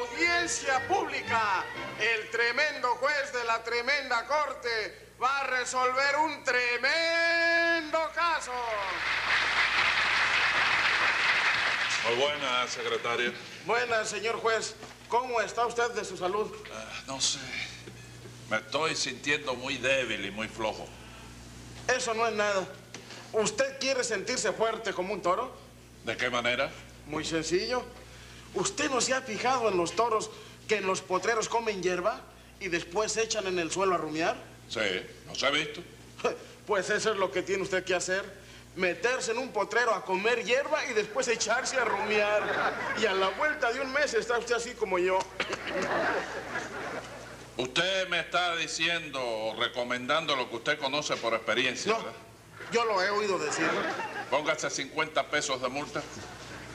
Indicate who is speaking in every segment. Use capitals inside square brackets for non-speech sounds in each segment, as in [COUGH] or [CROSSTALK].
Speaker 1: audiencia pública, el tremendo juez de la tremenda corte va a resolver un tremendo caso.
Speaker 2: Muy buena, secretaria. Eh,
Speaker 1: Buenas, señor juez. ¿Cómo está usted de su salud?
Speaker 2: Ah, no sé. Me estoy sintiendo muy débil y muy flojo.
Speaker 1: Eso no es nada. ¿Usted quiere sentirse fuerte como un toro?
Speaker 2: ¿De qué manera?
Speaker 1: Muy sencillo. ¿Usted no se ha fijado en los toros que en los potreros comen hierba y después se echan en el suelo a rumiar?
Speaker 2: Sí, no se ha visto.
Speaker 1: [LAUGHS] Pues eso es lo que tiene usted que hacer. Meterse en un potrero a comer hierba y después echarse a rumiar. Y a la vuelta de un mes está usted así como yo.
Speaker 2: Usted me está diciendo o recomendando lo que usted conoce por experiencia,
Speaker 1: No,
Speaker 2: ¿verdad?
Speaker 1: yo lo he oído decir.
Speaker 2: Póngase 50 pesos de multa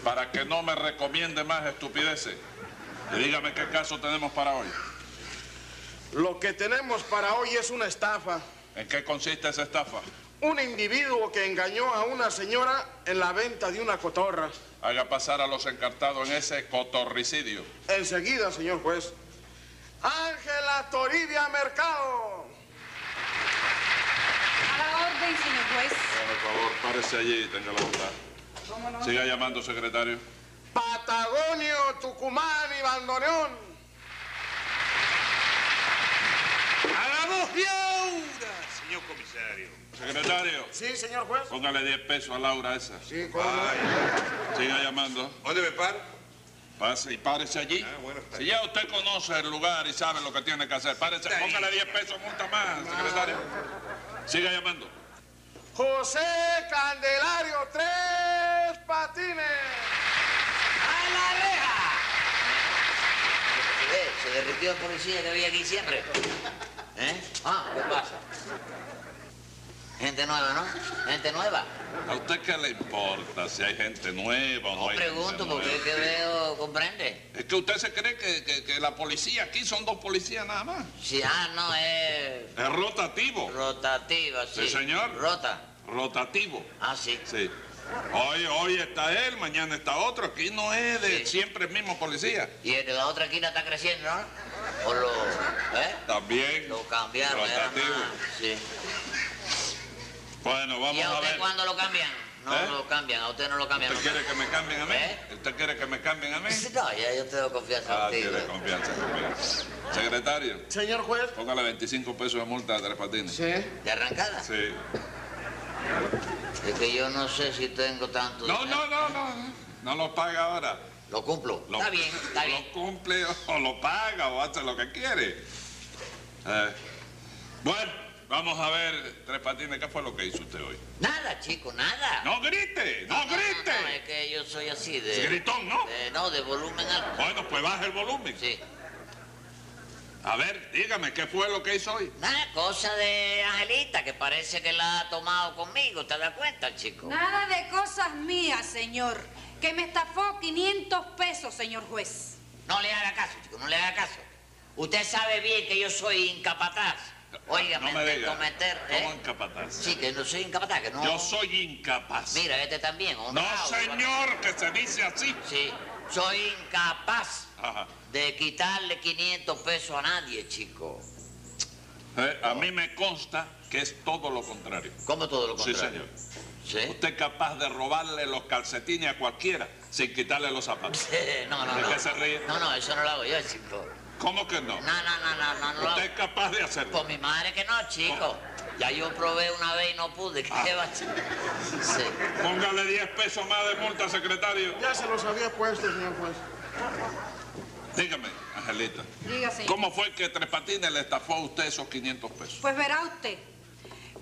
Speaker 2: para que no me recomiende más estupideces. Y dígame qué caso tenemos para hoy.
Speaker 1: Lo que tenemos para hoy es una estafa.
Speaker 2: ¿En qué consiste esa estafa?
Speaker 1: Un individuo que engañó a una señora en la venta de una cotorra.
Speaker 2: Haga pasar a los encartados en ese cotorricidio.
Speaker 1: Enseguida, señor juez. Ángela Toribia Mercado.
Speaker 3: A la orden, señor juez.
Speaker 2: Por favor, párese allí y tenga la bondad. Siga llamando, secretario.
Speaker 1: Patagonio, Tucumán y Bandoneón.
Speaker 4: A la voz de Aura, señor comisario.
Speaker 2: Secretario,
Speaker 1: Sí, señor juez.
Speaker 2: póngale 10 pesos a Laura esa.
Speaker 1: Sí, cómo no.
Speaker 2: Siga llamando.
Speaker 4: ¿Dónde me paro?
Speaker 2: Pase y párese allí.
Speaker 4: Ah, bueno, está
Speaker 2: si ya usted conoce el lugar y sabe lo que tiene que hacer, párese,
Speaker 4: Está bien.
Speaker 2: póngale 10 pesos multa más, secretario. Siga llamando.
Speaker 1: José Candelario, tres patines.
Speaker 5: ¡A la reja!
Speaker 6: Eh, se derritió el policía que había aquí siempre. ¿Eh? Ah, ¿qué pasa? Gente nueva, ¿no? Gente nueva.
Speaker 2: ¿A usted qué le importa si hay gente nueva o no?
Speaker 6: No
Speaker 2: hay gente
Speaker 6: pregunto porque es
Speaker 2: nueva?
Speaker 6: que veo, ¿comprende?
Speaker 2: Es que usted se cree que, que- que la policía aquí son dos policías nada más.
Speaker 6: Si, ah, no, es
Speaker 2: Es rotativo.
Speaker 6: rotativa, sí.
Speaker 2: Sí, señor.
Speaker 6: Rota.
Speaker 2: Rotativo.
Speaker 6: Ah, sí.
Speaker 2: Sí. Hoy, hoy está él, mañana está otro. Aquí no es de
Speaker 6: Sí.
Speaker 2: siempre el mismo policía.
Speaker 6: Y el de la otra esquina está creciendo, ¿no? O lo... ¿Eh?
Speaker 2: También.
Speaker 6: Lo cambiaron, era
Speaker 2: Rotativo.
Speaker 6: más- Sí.
Speaker 2: Bueno,
Speaker 6: ¿Y
Speaker 2: vamos
Speaker 6: a
Speaker 2: a
Speaker 6: usted
Speaker 2: ver.
Speaker 6: cuándo lo cambian? No
Speaker 2: ¿Eh?
Speaker 6: lo cambian, a usted no lo cambian.
Speaker 2: ¿Usted
Speaker 6: no.
Speaker 2: quiere que me cambien a mí?
Speaker 6: ¿Eh?
Speaker 2: ¿Usted quiere que me cambien a mí?
Speaker 6: No, ya yo tengo confianza
Speaker 2: Ah,
Speaker 6: en ti.
Speaker 2: tiene confianza conmigo. Secretario,
Speaker 1: Señor juez.
Speaker 2: póngale 25 pesos de multa a Tres Patines.
Speaker 1: Sí.
Speaker 6: ¿De arrancada?
Speaker 2: Sí.
Speaker 6: Es que yo no sé si tengo tanto
Speaker 2: No,
Speaker 6: dinero.
Speaker 2: no, no, no. No lo paga ahora.
Speaker 6: Lo cumplo.
Speaker 2: Lo-
Speaker 6: Está bien, está bien.
Speaker 2: Lo cumple o lo paga o hace lo que quiere. Eh, bueno, vamos a ver, Tres Patines, ¿qué fue lo que hizo usted hoy?
Speaker 6: Nada, chico, nada.
Speaker 2: ¡No grite! ¡No
Speaker 6: no, es
Speaker 2: grite!
Speaker 6: que yo soy así de...
Speaker 2: Es Gritón, ¿no?
Speaker 6: de- no, de volumen alto.
Speaker 2: Bueno, pues baja el volumen.
Speaker 6: Sí.
Speaker 2: A ver, dígame, ¿qué fue lo que hizo hoy?
Speaker 6: Nada, cosa de Angelita, que parece que la ha tomado conmigo. ¿Te das cuenta, chico?
Speaker 3: Nada de cosas mías, señor. Que me estafó 500 pesos, señor juez.
Speaker 6: No le haga caso, chico, no le haga caso. Usted sabe bien que yo soy incapataz. Oiga,
Speaker 2: no me
Speaker 6: de
Speaker 2: diga.
Speaker 6: cometer... ¿eh?
Speaker 2: ¿Cómo incapataz?
Speaker 6: Sí, que no soy incapataz, que no...
Speaker 2: Yo soy incapaz.
Speaker 6: Mira, este también,
Speaker 2: No,
Speaker 6: honrado,
Speaker 2: señor, que se dice así.
Speaker 6: Sí, soy incapaz
Speaker 2: Ajá.
Speaker 6: de quitarle 500 pesos a nadie, chico.
Speaker 2: Eh, a mí me consta que es todo lo contrario.
Speaker 6: Como todo lo
Speaker 2: Sí,
Speaker 6: contrario. señor. ¿Sí?
Speaker 2: Usted es capaz de robarle los calcetines a cualquiera sin quitarle los zapatos.
Speaker 6: Eh, no, no,
Speaker 2: ¿De
Speaker 6: no.
Speaker 2: qué se ríe?
Speaker 6: No, no, eso no lo hago yo, chico.
Speaker 2: ¿Cómo que no?
Speaker 6: No, no, no, no, no, no lo
Speaker 2: Usted
Speaker 6: hago.
Speaker 2: es capaz de hacerlo.
Speaker 6: Con mi madre que no, chico. Ya yo probé una vez y no pude. ¿Qué
Speaker 2: Ah.
Speaker 6: va a ser? Sí.
Speaker 2: Póngale 10 pesos más de multa, secretario.
Speaker 1: Ya se los había puesto, señor juez.
Speaker 2: Dígame, Angelita,
Speaker 3: Diga, señor.
Speaker 2: ¿cómo fue que Tres Patines le estafó a usted esos 500 pesos?
Speaker 3: Pues verá usted.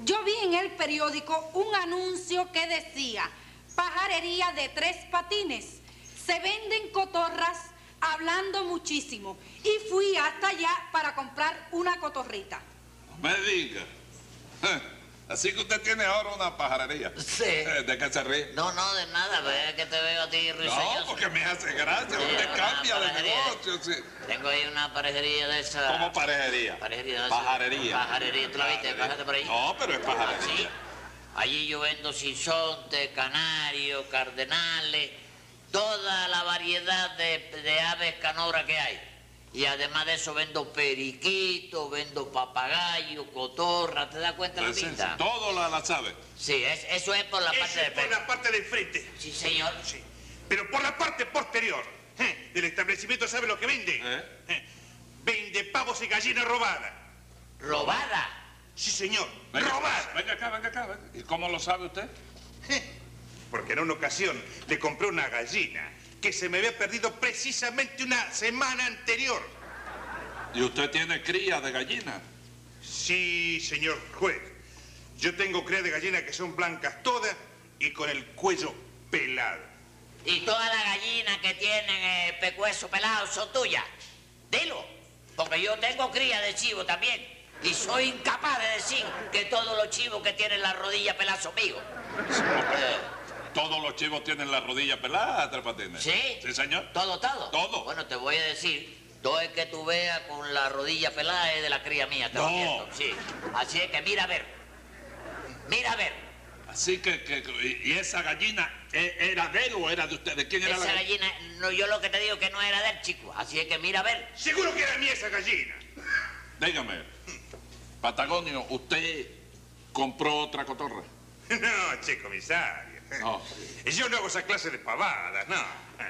Speaker 3: Yo vi en el periódico un anuncio que decía, pajarería de tres patines. Se venden cotorras hablando muchísimo. Y fui hasta allá para comprar una cotorrita.
Speaker 2: No Me diga. [LAUGHS] Eh, Así que usted tiene ahora una pajarería.
Speaker 6: Sí.
Speaker 2: Eh, ¿De qué se ríe?
Speaker 6: No, no, de nada, pero es que te veo a ti
Speaker 2: No,
Speaker 6: ruiseñoso.
Speaker 2: porque me hace gracia.
Speaker 6: Sí,
Speaker 2: Usted
Speaker 6: una
Speaker 2: cambia de
Speaker 6: pajarería.
Speaker 2: negocio. sí.
Speaker 6: Tengo ahí una parejería de esa.
Speaker 2: ¿Cómo parejería?
Speaker 6: Parejería, no sé.
Speaker 2: Pajarería.
Speaker 6: Pajarería, ¿tú la viste?
Speaker 2: Pajarería.
Speaker 6: Pásate por ahí.
Speaker 2: No, pero es
Speaker 6: Así.
Speaker 2: pajarería.
Speaker 6: Allí yo vendo sisonte, canario, cardenales, toda la variedad de, de aves canobras que hay. Y además de eso vendo periquito, vendo papagayo, cotorra, ¿te das cuenta
Speaker 4: Pues
Speaker 6: la
Speaker 2: Entonces,
Speaker 6: pinta?
Speaker 2: Todo la, la sabe.
Speaker 6: Sí, es- eso es por la
Speaker 4: Eso
Speaker 6: parte de
Speaker 4: es por
Speaker 6: Pedro.
Speaker 4: la parte del frente.
Speaker 6: Sí, señor.
Speaker 4: Sí. Pero por la parte posterior ¿eh? del establecimiento, ¿sabe lo que vende?
Speaker 2: ¿Eh?
Speaker 4: ¿Eh? Vende pavos y gallinas robadas.
Speaker 6: Robada.
Speaker 4: Sí, señor.
Speaker 2: Venga,
Speaker 4: Robadas.
Speaker 2: Venga acá, venga acá. venga. ¿Y cómo lo sabe usted?
Speaker 4: Porque en una ocasión le compré una gallina que se me había perdido precisamente una semana anterior.
Speaker 2: ¿Y usted tiene cría de gallina?
Speaker 4: Sí, señor juez. Yo tengo cría de gallina que son blancas todas y con el cuello pelado.
Speaker 6: Y todas las gallinas que tienen eh, pecueso pelado son tuyas. Dilo. Porque yo tengo cría de chivo también. Y soy incapaz de decir que todos los chivos que tienen la rodilla pelada son míos.
Speaker 2: Todos los chivos tienen la rodilla pelada, Tres Patines.
Speaker 6: ¿Sí?
Speaker 2: Sí, señor.
Speaker 6: ¿Todo, todo?
Speaker 2: Todo.
Speaker 6: Bueno, te voy a decir, todo el que tú veas con la rodilla pelada es de la cría mía, te lo
Speaker 2: No.
Speaker 6: advierto, Sí. Así es que mira a ver. Mira a ver.
Speaker 2: Así que, que- y y esa gallina eh, era de él o era de usted. ¿De quién era la
Speaker 6: Esa
Speaker 2: gallina?
Speaker 6: gallina, no, yo lo que te digo que no era del chico. Así es que mira a ver.
Speaker 4: Seguro que era mía esa gallina.
Speaker 2: Dígame, Patagonio, ¿usted compró otra cotorra?
Speaker 4: [LAUGHS] No, che, comisario. [LAUGHS]
Speaker 2: No.
Speaker 4: Yo no hago esa clase de pavadas, no.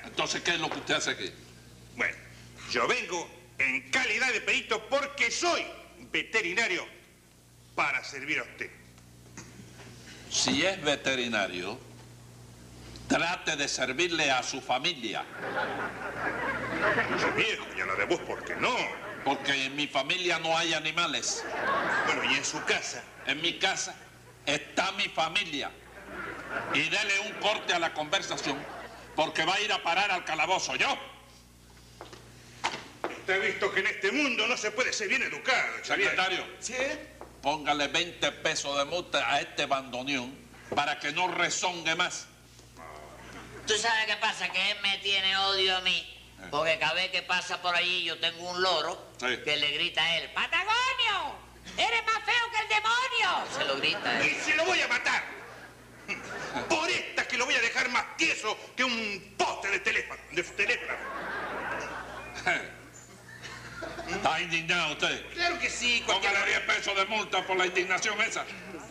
Speaker 2: Entonces, ¿qué es lo que usted hace aquí?
Speaker 4: Bueno, yo vengo en calidad de perito porque soy veterinario para servir a usted.
Speaker 2: Si es veterinario, trate de servirle a su familia,
Speaker 4: Yo viejo, ya la de vos, ¿por qué no?
Speaker 2: porque en mi familia no hay animales.
Speaker 4: Bueno, y en su casa.
Speaker 2: En mi casa está mi familia. Y dele un corte a la conversación, porque va a ir a parar al calabozo, ¿yo?
Speaker 4: Te he visto que en este mundo no se puede ser bien educado, Xavier.
Speaker 2: Secretario,
Speaker 1: ¿Sí?
Speaker 2: póngale 20 pesos de multa a este bandoneón para que no rezongue más.
Speaker 6: ¿Tú sabes qué pasa? Que él me tiene odio a mí. Porque cada vez que pasa por allí yo tengo un loro
Speaker 2: Sí.
Speaker 6: que le grita a él. "Pata-".
Speaker 3: ¡Patagonio! ¡Eres más feo que el demonio!
Speaker 6: Se lo grita a
Speaker 4: Y
Speaker 6: él.
Speaker 4: se lo voy a matar. Por esta que lo voy a dejar más tieso que un poste de teléfono. De telégrafo.
Speaker 2: Está indignado usted.
Speaker 4: Claro que sí, cualquier...
Speaker 2: Póngale 10 pesos de multa por la indignación esa.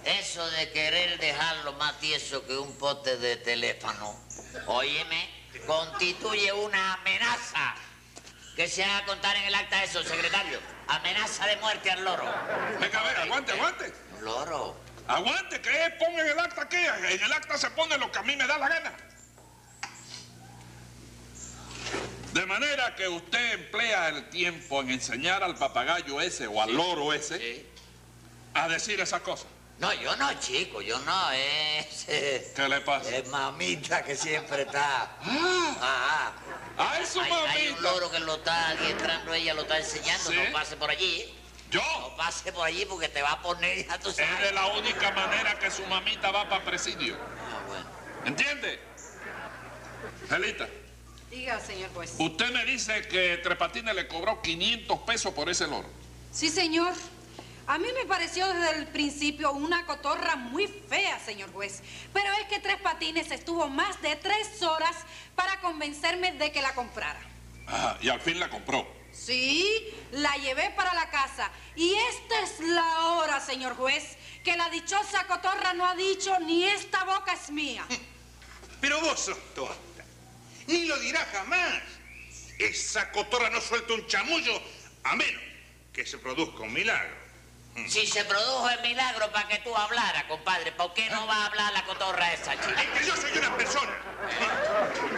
Speaker 6: Eso de querer dejarlo más tieso que un pote de teléfono, óyeme, constituye una amenaza que se haga contar en el acta eso, secretario. Amenaza de muerte al loro.
Speaker 2: Venga, venga, aguante, aguante.
Speaker 6: Loro.
Speaker 2: Aguante, que pongan el acta aquí. En el acta se pone lo que a mí me da la gana. De manera que usted emplea el tiempo en enseñar al papagayo ese o al loro ese
Speaker 6: Sí.
Speaker 2: a decir esas cosas.
Speaker 6: No, yo no, chico, yo no, [LAUGHS] es... Es
Speaker 2: ¿Qué le pasa?
Speaker 6: Eh, mamita que siempre está. Ajá.
Speaker 2: ¡Ay, su
Speaker 6: Hay, hay un
Speaker 2: mamita!
Speaker 6: loro que lo está adiestrando, ella lo está enseñando,
Speaker 2: Sí.
Speaker 6: no pase por allí.
Speaker 2: ¡Yo!
Speaker 6: No pase por allí porque te va a poner, ya tú
Speaker 2: Es de
Speaker 6: sabes.
Speaker 2: la única manera que su mamita va para presidio.
Speaker 6: Ah, bueno.
Speaker 2: ¿Entiende? Angelita,
Speaker 3: Diga, señor juez.
Speaker 2: usted me dice que Tres Patines le cobró 500 pesos por ese loro.
Speaker 3: Sí, señor. A mí me pareció desde el principio una cotorra muy fea, señor juez. Pero es que Tres Patines estuvo más de tres horas para convencerme de que la comprara.
Speaker 2: Ajá, y al fin la compró.
Speaker 3: Sí, la llevé para la casa. Y esta es la hora, señor juez, que la dichosa cotorra no ha dicho ni esta boca es mía.
Speaker 4: Pero vos sos tonta. Ni lo dirá jamás. Esa cotorra no suelta un chamullo a menos que se produzca un milagro.
Speaker 6: Si se produjo el milagro para que tú hablaras, compadre, ¿por qué no va a hablar la cotorra esa, chica?
Speaker 4: Es que yo soy una persona.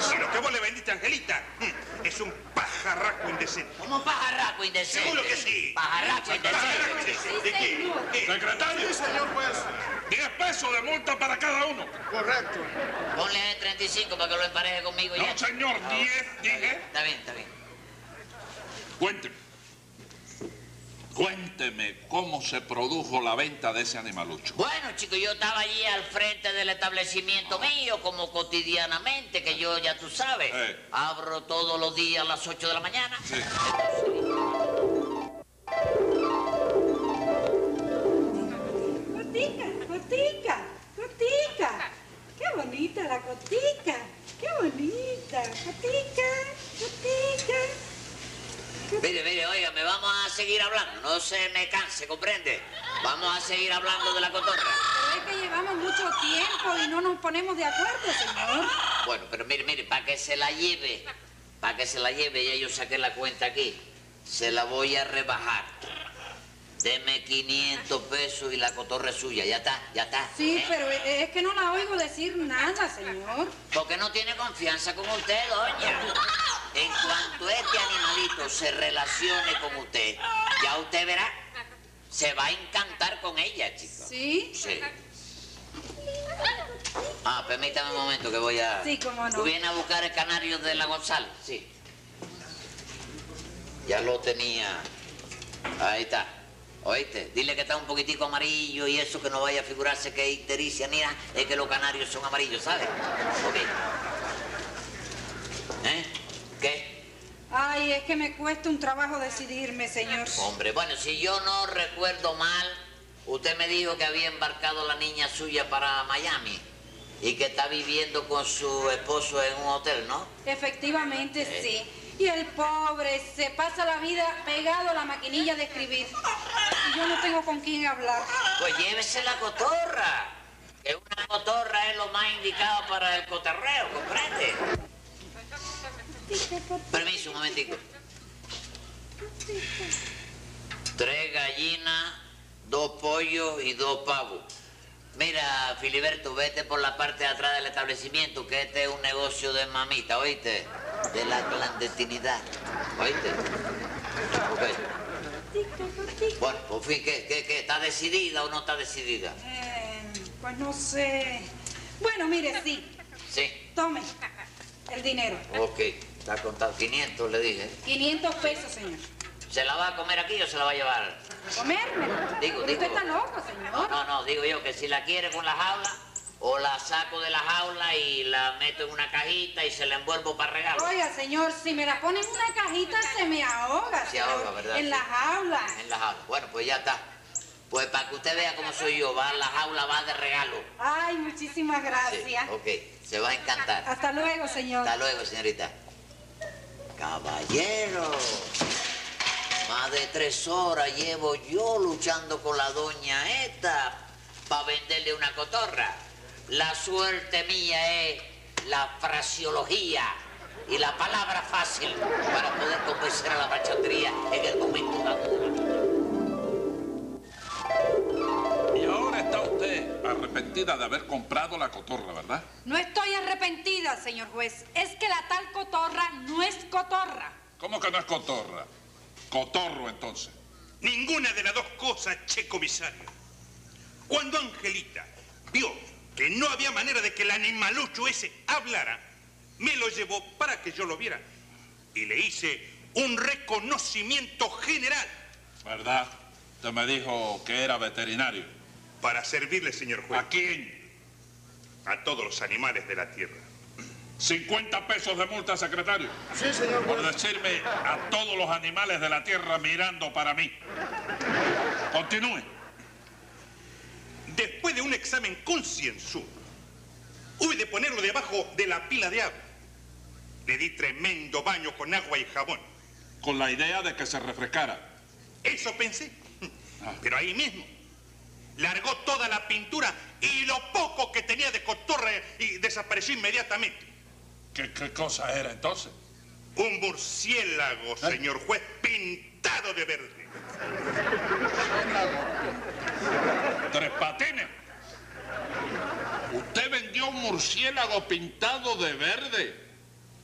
Speaker 4: Si lo que vos le vendiste a Angelita hmm, es un pajarraco indecente.
Speaker 6: Como un pajarraco indecente.
Speaker 4: Seguro que sí.
Speaker 6: Pajarraco
Speaker 4: Pajarraco
Speaker 6: indecente.
Speaker 4: indecente. ¿De qué? ¿Qué?
Speaker 2: Secretario,
Speaker 1: Sí, señor juez.
Speaker 2: 10 pesos de multa para cada uno.
Speaker 1: Correcto.
Speaker 6: Ponle 35 para que lo empareje conmigo y ya.
Speaker 2: No, ¿Eh? señor, 10, dije.
Speaker 6: Está bien, está bien.
Speaker 2: Cuénteme. Cuénteme cómo se produjo la venta de ese animalucho.
Speaker 6: Bueno, chico, yo estaba allí al frente del
Speaker 2: Ah.
Speaker 6: establecimiento mío, como cotidianamente, que yo ya tú sabes.
Speaker 2: Eh.
Speaker 6: Abro todos los días a las 8 de la mañana.
Speaker 2: Sí.
Speaker 7: Cotica, cotica, cotica. Qué bonita la cotica. Qué bonita. Cotica, cotica.
Speaker 6: Mire, hermano, no se me canse, ¿comprende? Vamos a seguir hablando de la cotorra.
Speaker 3: Pero es que llevamos mucho tiempo y no nos ponemos de acuerdo, señor.
Speaker 6: Bueno, pero mire, mire, para que se la lleve, para que se la lleve, ya yo saqué la cuenta aquí, se la voy a rebajar. Deme 500 pesos y la cotorra es suya, ya está, ya está.
Speaker 3: Sí,
Speaker 6: ¿eh?
Speaker 3: pero e- es que no la oigo decir nada, señor.
Speaker 6: Porque no tiene confianza con usted, doña. En cuanto este animalito se relacione con usted, ya usted verá, se va a encantar con ella, chico.
Speaker 3: ¿Sí?
Speaker 6: Sí. Ah, permítame un momento que voy a...
Speaker 3: Sí, cómo no.
Speaker 6: Tú vienes a buscar el canario de la González, sí. Ya lo tenía. Ahí está. ¿Oíste? Dile que está un poquitico amarillo y eso que no vaya a figurarse que es ictericia ni nada, es que los canarios son amarillos, ¿sabes? Ok. ¿Eh? ¿Qué?
Speaker 3: Ay, es que me cuesta un trabajo decidirme, señor.
Speaker 6: Hombre, bueno, si yo no recuerdo mal, usted me dijo que había embarcado la niña suya para Miami y que está viviendo con su esposo en un hotel, ¿no?
Speaker 3: Efectivamente, sí. Y el pobre se pasa la vida pegado a la maquinilla de escribir. Y yo no tengo con quién hablar.
Speaker 6: Pues llévese la cotorra. Que una cotorra es lo más indicado para el cotorreo, ¿comprende? Permiso, un momentico. Tres gallinas, dos pollos y dos pavos. Mira, Filiberto, vete por la parte de atrás del establecimiento, que este es un negocio de mamita, ¿oíste? De la clandestinidad, ¿oíste? Ok. Bueno, por fin, ¿qué, qué, qué? ¿Está decidida o no está decidida?
Speaker 3: Eh, pues no sé. Bueno, mire, sí.
Speaker 6: Sí.
Speaker 3: Tome el dinero.
Speaker 6: Ok, está contado. 500, le dije.
Speaker 3: 500 pesos, señor.
Speaker 6: ¿Se la va a comer aquí o se la va a llevar?
Speaker 3: Comérmelo.
Speaker 6: Digo,
Speaker 3: Pero
Speaker 6: digo.
Speaker 3: Usted está loco,
Speaker 6: No,
Speaker 3: señor.
Speaker 6: no, no, digo yo que si la quiere con la jaula, o la saco de la jaula y la meto en una cajita y se la envuelvo para regalo.
Speaker 3: Oiga, señor, si me la ponen en una cajita se me ahoga.
Speaker 6: Se
Speaker 3: señor.
Speaker 6: ahoga, ¿verdad?
Speaker 3: En
Speaker 6: Sí.
Speaker 3: la jaula.
Speaker 6: En la jaula. Bueno, pues ya está. Pues para que usted vea cómo soy yo, va la jaula, va de regalo.
Speaker 3: Ay, muchísimas
Speaker 6: Sí,
Speaker 3: gracias.
Speaker 6: ok, se va a encantar.
Speaker 3: Hasta luego, señor.
Speaker 6: Hasta luego, señorita. Caballero. Más de tres horas llevo yo luchando con la doña esta para venderle una cotorra. La suerte mía es la fraseología y la palabra fácil para poder convencer a la machotería en el momento dado.
Speaker 2: Y ahora está usted arrepentida de haber comprado la cotorra, ¿verdad?
Speaker 3: No estoy arrepentida, señor juez. Es que la tal cotorra no es cotorra.
Speaker 2: ¿Cómo que no es cotorra? Cotorro, entonces.
Speaker 4: Ninguna de las dos cosas, che comisario. Cuando Angelita vio que no había manera de que el animalucho ese hablara, me lo llevó para que yo lo viera. Y le hice un reconocimiento general
Speaker 2: ¿Verdad? Usted me dijo que era veterinario.
Speaker 4: para servirle, señor juez,
Speaker 2: ¿A quién?
Speaker 4: a todos los animales de la tierra.
Speaker 2: 50 pesos de multa, secretario.
Speaker 1: Sí, señor
Speaker 2: Por
Speaker 1: juez.
Speaker 2: decirme a todos los animales de la tierra mirando para mí. Continúe.
Speaker 4: Después de un examen concienzudo, hube de ponerlo debajo de la pila de agua. Le di tremendo baño con agua y jabón.
Speaker 2: Con la idea de que se refrescara.
Speaker 4: Eso pensé. Pero ahí mismo largó toda la pintura y lo poco que tenía de cotorra y desapareció inmediatamente.
Speaker 2: ¿Qué, qué cosa era entonces?
Speaker 4: Un murciélago, señor juez, pintado de verde.
Speaker 2: Tres patines. Usted vendió un murciélago pintado de verde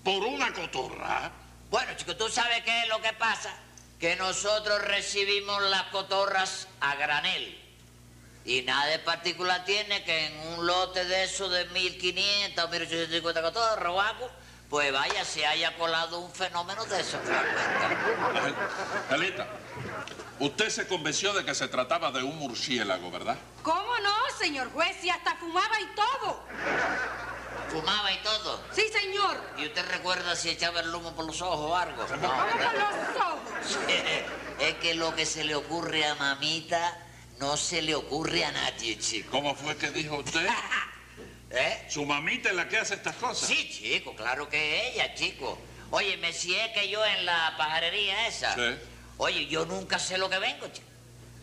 Speaker 2: por una cotorra.
Speaker 6: Bueno, chico, ¿tú sabes qué es lo que pasa? Que nosotros recibimos las cotorras a granel. Y nada de particular tiene que en un lote de esos de 1500 o 1850 cotorras o algo, pues vaya, se haya colado un fenómeno de esos. ¿te das cuenta?
Speaker 2: Angelita, usted se convenció de que se trataba de un murciélago, ¿verdad?
Speaker 3: ¿Cómo no, señor juez? Y hasta fumaba y todo.
Speaker 6: Fumaba y todo.
Speaker 3: Sí, señor.
Speaker 6: ¿Y usted recuerda si echaba el humo por los ojos o algo? No,
Speaker 3: ¿Cómo
Speaker 6: ¿verdad?
Speaker 3: con
Speaker 6: [LAUGHS]
Speaker 3: los ojos?
Speaker 6: es que lo que se le ocurre a mamita no se le ocurre a nadie, chico.
Speaker 2: ¿Cómo fue que dijo usted?
Speaker 6: ¿Eh?
Speaker 2: ¿Su mamita es la que hace estas cosas?
Speaker 6: Sí, chico, claro que ella, chico. Óyeme, si es que yo en la pajarería esa
Speaker 2: Sí.
Speaker 6: Oye, yo nunca sé lo que vengo, chico.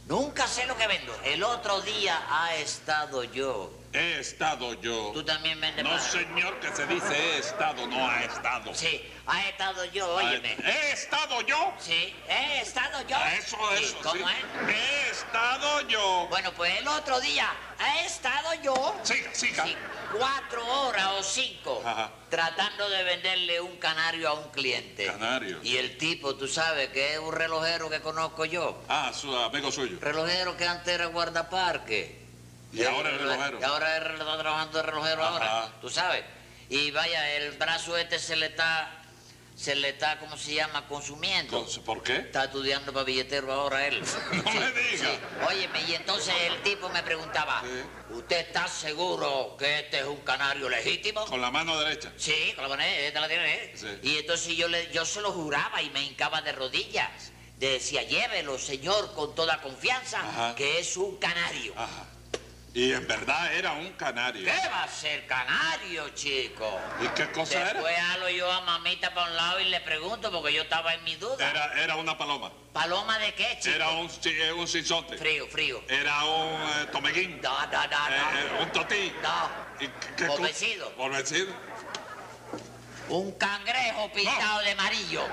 Speaker 6: Nunca sé lo que vendo. El otro día ha estado yo.
Speaker 2: He estado yo.
Speaker 6: Tú también vendes
Speaker 2: No,
Speaker 6: pan.
Speaker 2: señor, que se dice he estado, no ha estado.
Speaker 6: Sí, ha estado yo,
Speaker 2: Ha-
Speaker 6: óyeme.
Speaker 2: He estado yo.
Speaker 6: Sí, he estado yo.
Speaker 2: Ah, eh. Eso,
Speaker 6: Sí,
Speaker 2: eso.
Speaker 6: ¿Cómo
Speaker 2: sí.
Speaker 6: es?
Speaker 2: He estado yo.
Speaker 6: Bueno, pues el otro día he estado yo
Speaker 2: Siga, siga.
Speaker 6: sí, cuatro horas o cinco
Speaker 2: Ajá.
Speaker 6: tratando de venderle un canario a un cliente.
Speaker 2: Canario.
Speaker 6: Y el tipo, tú sabes, que es un relojero que conozco yo.
Speaker 2: Ah, su amigo suyo.
Speaker 6: Relojero que antes era guardaparque.
Speaker 2: Y ahora es relojero.
Speaker 6: Y ahora es- está trabajando de relojero
Speaker 2: Ajá.
Speaker 6: ahora, tú sabes. Y vaya, el brazo este se le está, se le está, ¿cómo se llama? Consumiendo.
Speaker 2: Entonces, ¿Por qué?
Speaker 6: Está estudiando para billetero ahora él.
Speaker 2: [LAUGHS] No me diga.
Speaker 6: Óyeme, y entonces el tipo me preguntaba,
Speaker 2: Sí.
Speaker 6: ¿usted está seguro que este es un canario legítimo?
Speaker 2: Con la mano derecha.
Speaker 6: Sí, con la moneda, esta la tiene, ¿eh?
Speaker 2: Sí.
Speaker 6: Y entonces yo, le, yo se lo juraba y me hincaba de rodillas. Decía, llévelo, señor, con toda confianza,
Speaker 2: Ajá. Ah,
Speaker 6: que es un canario.
Speaker 2: Ajá. Y en verdad era un canario.
Speaker 6: ¿Qué va a ser canario, chico?
Speaker 2: ¿Y qué cosa era?
Speaker 6: Después halo yo a mamita para un lado y le pregunto, porque yo estaba en mi duda.
Speaker 2: Era, era una paloma.
Speaker 6: ¿Paloma de qué, chico?
Speaker 2: Era un, chi- eh, un sisote.
Speaker 6: Frío, frío.
Speaker 2: Era un eh, tomeguín.
Speaker 6: No, no, no,
Speaker 2: Eh,
Speaker 6: no.
Speaker 2: eh, un totí.
Speaker 6: No,
Speaker 2: ¿Y qué- qué co-
Speaker 6: Convencido.
Speaker 2: Convencido.
Speaker 6: un cangrejo pintado de amarillo.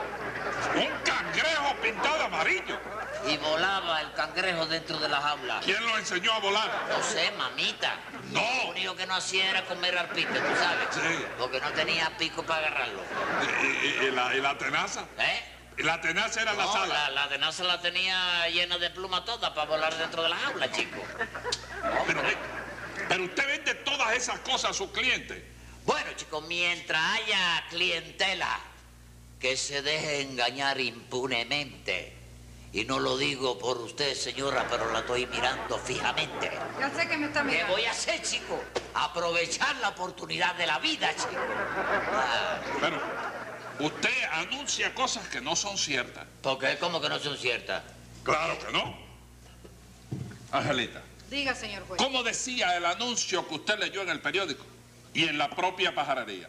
Speaker 2: Un cangrejo pintado de amarillo.
Speaker 6: Y volaba el cangrejo dentro de la jaula.
Speaker 2: ¿Quién lo enseñó a volar?
Speaker 6: No sé, mamita.
Speaker 2: No.
Speaker 6: Lo único que no hacía era comer arpita, tú sabes.
Speaker 2: Sí.
Speaker 6: Porque no tenía pico para agarrarlo.
Speaker 2: ¿Y, y- y Eh, la, y la tenaza?
Speaker 6: ¿Eh?
Speaker 2: Y la tenaza era la
Speaker 6: No,
Speaker 2: sala.
Speaker 6: la, la tenaza la tenía llena de pluma toda para volar dentro de la jaula, chico.
Speaker 2: Pero, ve- pero usted vende todas esas cosas a sus clientes.
Speaker 6: Bueno, chicos, mientras haya clientela que se deje engañar impunemente, y no lo digo por usted, señora, pero la estoy mirando fijamente,
Speaker 3: Ya sé que me está
Speaker 6: ¿qué
Speaker 3: mirando.
Speaker 6: voy a hacer, chico? Aprovechar la oportunidad de la vida, chico. Ah,
Speaker 2: Pero usted anuncia cosas que no son ciertas.
Speaker 6: porque es como que no son ciertas.
Speaker 2: Claro que no. Angelita,
Speaker 3: Diga, señor juez.
Speaker 2: ¿cómo decía el anuncio que usted leyó en el periódico y en la propia pajarería?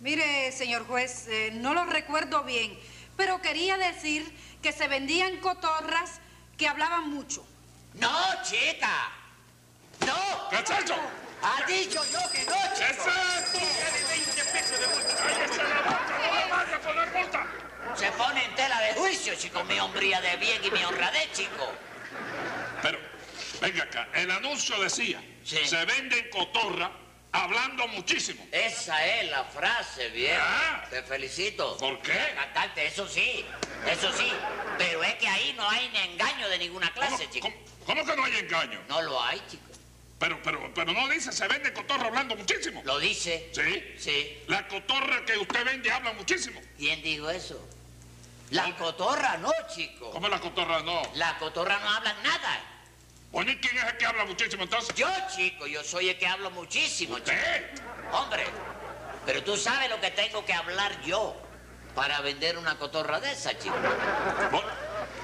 Speaker 3: Mire, señor juez, eh, no lo recuerdo bien, pero quería decir que se vendían cotorras que hablaban mucho.
Speaker 6: ¡No, chica! ¡No!
Speaker 2: ¿Qué es eso?
Speaker 6: ¡Ha dicho yo que no,
Speaker 2: ¿Qué
Speaker 6: chico!
Speaker 2: es esto? ¡Cállese la boca! ¡No me vaya a poner multa!
Speaker 6: Se pone en tela de juicio, chico, mi hombría de bien y mi honradez, chico.
Speaker 2: Pero, venga acá, el anuncio decía,
Speaker 6: Sí.
Speaker 2: se venden cotorra hablando muchísimo.
Speaker 6: Esa es la frase, bien.
Speaker 2: Ah.
Speaker 6: Te felicito.
Speaker 2: ¿Por qué?
Speaker 6: Cantante, eso sí, eso sí. Pero es que ahí no hay ni engaño de ninguna
Speaker 2: ¿Cómo,
Speaker 6: clase, chico.
Speaker 2: cómo- cómo que no hay engaño?
Speaker 6: No lo hay, chico.
Speaker 2: Pero, pero, pero no dice, se vende cotorra hablando muchísimo.
Speaker 6: Lo dice.
Speaker 2: ¿Sí?
Speaker 6: Sí.
Speaker 2: La cotorra que usted vende habla muchísimo.
Speaker 6: ¿Quién dijo eso? La cotorra no, chico.
Speaker 2: ¿Cómo la cotorra no?
Speaker 6: La cotorra no habla nada.
Speaker 2: Bueno, ¿y quién es el que habla muchísimo entonces? ¿Eh?
Speaker 6: Yo, chico, yo soy el que hablo muchísimo, chico.
Speaker 2: ¿Usted?
Speaker 6: Hombre, pero tú sabes lo que tengo que hablar yo para vender una cotorra de esa, chico.
Speaker 2: Bueno,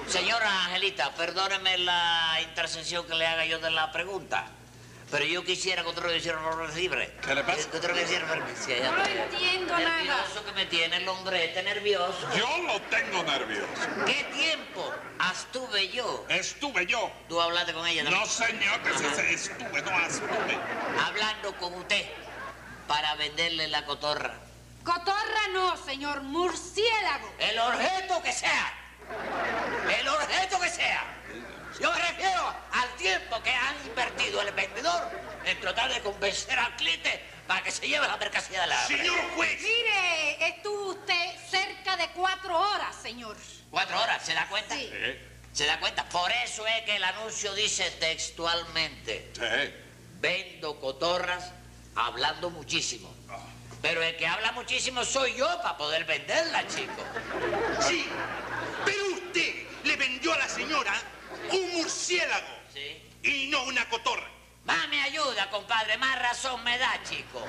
Speaker 6: Señora Angelita, perdóneme la intercesión que le haga yo de la pregunta. Pero yo quisiera que otro lo hiciera lo recibe.
Speaker 2: ¿Qué le pasa?
Speaker 6: Eh, Que otro lo hiciera lo recibe.
Speaker 3: No lo entiendo nada.
Speaker 6: Nervioso que me tiene el hombre, este nervioso.
Speaker 2: Yo lo tengo nervioso.
Speaker 6: ¿Qué tiempo estuve yo?
Speaker 2: Estuve yo.
Speaker 6: Tú hablaste con ella
Speaker 2: Eh. No, señor, que se, se estuve, no estuve.
Speaker 6: Hablando con usted para venderle la cotorra.
Speaker 3: Cotorra no, señor, murciélago.
Speaker 6: El objeto que sea. El objeto que sea. Yo me refiero al tiempo que ha invertido el vendedor en tratar de convencer al cliente para que se lleve la mercancía de la.
Speaker 4: Señor juez,
Speaker 3: Mire, estuvo usted cerca de cuatro horas, señor.
Speaker 6: Cuatro horas, ¿se da cuenta?
Speaker 3: Sí.
Speaker 6: ¿Se da cuenta? Por eso es que el anuncio dice textualmente,
Speaker 2: Sí.
Speaker 6: vendo cotorras hablando muchísimo. Pero el que habla muchísimo soy yo para poder venderla, chico.
Speaker 4: sí. Pero usted le vendió a la señora un murciélago
Speaker 6: Sí.
Speaker 4: y no una cotorra.
Speaker 6: Más me ayuda, compadre, más razón me da, chico.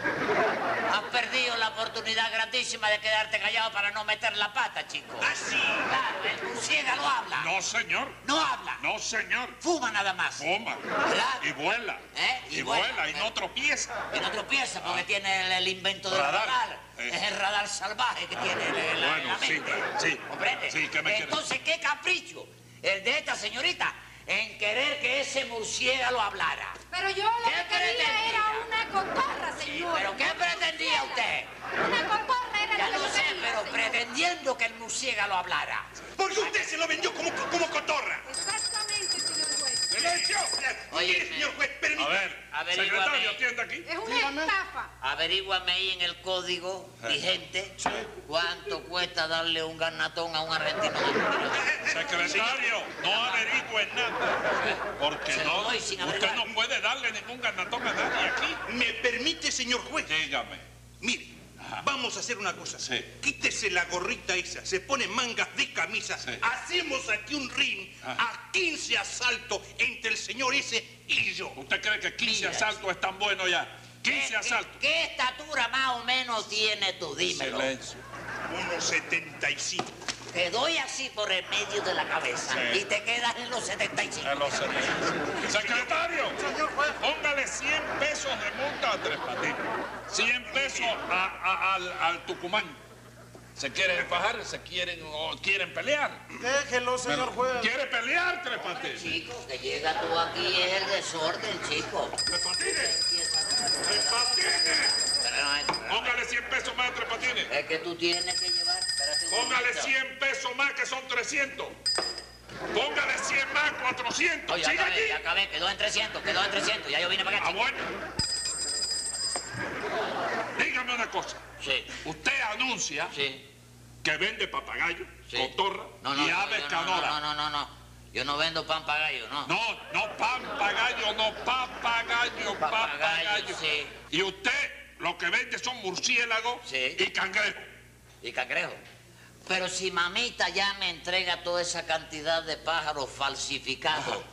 Speaker 6: Has perdido la oportunidad grandísima de quedarte callado para no meter la pata, chico.
Speaker 4: Ah, sí.
Speaker 6: Claro, el murciélago habla.
Speaker 2: No, señor.
Speaker 6: No habla.
Speaker 2: No, señor.
Speaker 6: Fuma nada más.
Speaker 2: Fuma.
Speaker 6: Claro.
Speaker 2: Y vuela.
Speaker 6: ¿Eh?
Speaker 2: Y, vuela, y no tropieza.
Speaker 6: Y no tropieza porque tiene el, el invento del radar.
Speaker 2: Ah. Radar. Eh. Ah,
Speaker 6: Es el radar salvaje que tiene el, el- la-
Speaker 2: Bueno,
Speaker 6: la
Speaker 2: sí,
Speaker 6: mente.
Speaker 2: claro, sí.
Speaker 6: ¿Comprende?
Speaker 2: Sí, ¿qué me quieres?
Speaker 6: Entonces, ¿qué capricho el de esta señorita en querer que ese murciélago hablara?
Speaker 3: Pero yo lo
Speaker 6: ¿Qué
Speaker 3: que quería
Speaker 6: pretendía?
Speaker 3: era una cotorra, señor.
Speaker 6: ¿Pero qué pretendía usted?
Speaker 3: Una cotorra era
Speaker 6: Ya
Speaker 3: lo
Speaker 6: lo
Speaker 3: que yo
Speaker 6: sé,
Speaker 3: quería,
Speaker 6: pero
Speaker 3: señor.
Speaker 6: pretendiendo que el murciélago hablara.
Speaker 4: Porque usted se lo vendió como, como cotorra.
Speaker 3: Exactamente, señor juez.
Speaker 4: Se lo vendió.
Speaker 6: Oye,
Speaker 4: Mire,
Speaker 6: me-
Speaker 4: señor juez,
Speaker 2: A
Speaker 4: permítame.
Speaker 2: ver,
Speaker 6: Averíguame.
Speaker 2: secretario, atiende aquí.
Speaker 3: Es una
Speaker 1: Dígame.
Speaker 3: estafa.
Speaker 6: Averíguame ahí en el código
Speaker 2: Eh.
Speaker 6: vigente cuánto cuesta darle un garnatón a un argentino. de Montevideo.
Speaker 2: Secretario, no averigüe nada. Porque
Speaker 6: Se lo
Speaker 2: no,
Speaker 6: doy sin
Speaker 2: usted
Speaker 6: averiguar.
Speaker 2: no puede darle ningún ganatón a nadie aquí.
Speaker 4: ¿Me permite, señor juez?
Speaker 2: Dígame.
Speaker 4: Mire, vamos a hacer una cosa.
Speaker 2: Sí.
Speaker 4: Quítese la gorrita esa, se pone mangas de camisa.
Speaker 2: Sí.
Speaker 4: Hacemos aquí un ring
Speaker 2: Ajá.
Speaker 4: a 15 asaltos entre el señor ese y yo.
Speaker 2: ¿Usted cree que 15
Speaker 6: Mira. Eh,
Speaker 2: asaltos es tan bueno ya?
Speaker 6: ¿Qué,
Speaker 2: 15
Speaker 6: qué-
Speaker 2: asaltos.
Speaker 6: ¿Qué estatura más o menos tiene tú? Dímelo.
Speaker 2: Silencio.
Speaker 4: Unos 75.
Speaker 6: Te doy así por el medio de la cabeza
Speaker 2: Sí. Eh.
Speaker 6: y te quedas en los 75.
Speaker 2: A los servicios. Secretario, póngale 100 pesos de multa a Tres Patines. 100 pesos a- a- al, al Tucumán. Se quieren enfajar, se quieren, o quieren pelear.
Speaker 1: Déjelo, señor juez.
Speaker 2: ¿Quiere pelear, Tres Patines?
Speaker 6: Chico, que llega tú aquí es el desorden, chico.
Speaker 2: Tres Patines, Tres Patines.
Speaker 6: Pero no, es-
Speaker 2: Póngale 100 pesos más a Tres Patines.
Speaker 6: es que tú tienes que llevar. Espérate un
Speaker 2: Póngale
Speaker 6: momento.
Speaker 2: 100 pesos más, que son 300. Póngale 100 más, 400.
Speaker 6: Oye,
Speaker 2: Sigue
Speaker 6: acabé, ya
Speaker 2: allí.
Speaker 6: acabé, quedó en 300, quedó en 300, ya yo vine para acá.
Speaker 2: Ah,
Speaker 6: chico.
Speaker 2: bueno. Dígame una cosa.
Speaker 6: Sí,
Speaker 2: Usted anuncia
Speaker 6: sí.
Speaker 2: que vende papagayo,
Speaker 6: sí.
Speaker 2: cotorra
Speaker 6: No, no,
Speaker 2: y
Speaker 6: no,
Speaker 2: aves
Speaker 6: yo no,
Speaker 2: canoras.
Speaker 6: No, no, no, no, no. Yo no vendo pan pagayo, no.
Speaker 2: No, no, papagayo, no, papagayo,
Speaker 6: Papagayo,
Speaker 2: papagayo.
Speaker 6: sí.
Speaker 2: Y usted lo que vende son murciélagos
Speaker 6: Sí.
Speaker 2: y cangrejos.
Speaker 6: Y cangrejo. Pero si mamita ya me entrega toda esa cantidad de pájaros falsificados,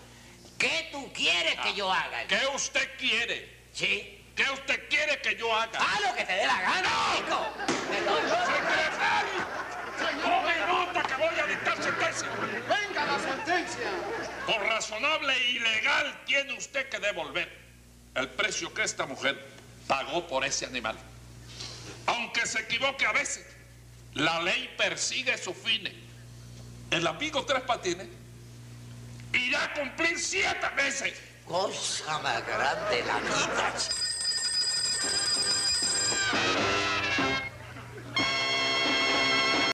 Speaker 6: ¿qué tú quieres que yo haga?
Speaker 2: Ah. ¿Qué usted quiere?
Speaker 6: ¿Sí?
Speaker 2: ¿Qué usted quiere que yo haga?
Speaker 6: ¡Haz lo que te dé la gana, chico! Pero yo-
Speaker 2: ¡Secretario! ¡Tome nota que voy a dictar sentencia!
Speaker 1: Venga la sentencia.
Speaker 2: Por razonable y legal tiene usted que devolver el precio que esta mujer pagó por ese animal. Aunque se equivoque a veces, la ley persigue sus fines. El amigo Tres Patines irá a cumplir siete veces.
Speaker 6: Cosa más grande la vida, chico.